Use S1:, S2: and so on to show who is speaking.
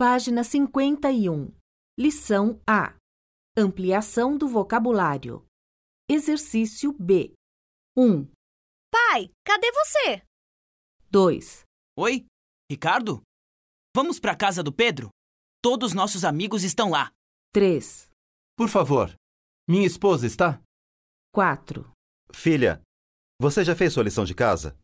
S1: Página 51. Lição A. Ampliação do vocabulário. Exercício B. 1,
S2: Pai, cadê você?
S1: 2,
S3: Oi, Ricardo? Vamos para casa do Pedro? Todos nossos amigos estão lá.
S1: 3,
S4: Por favor. Minha esposa está?
S1: 4.
S5: Filha, você já fez sua lição de casa?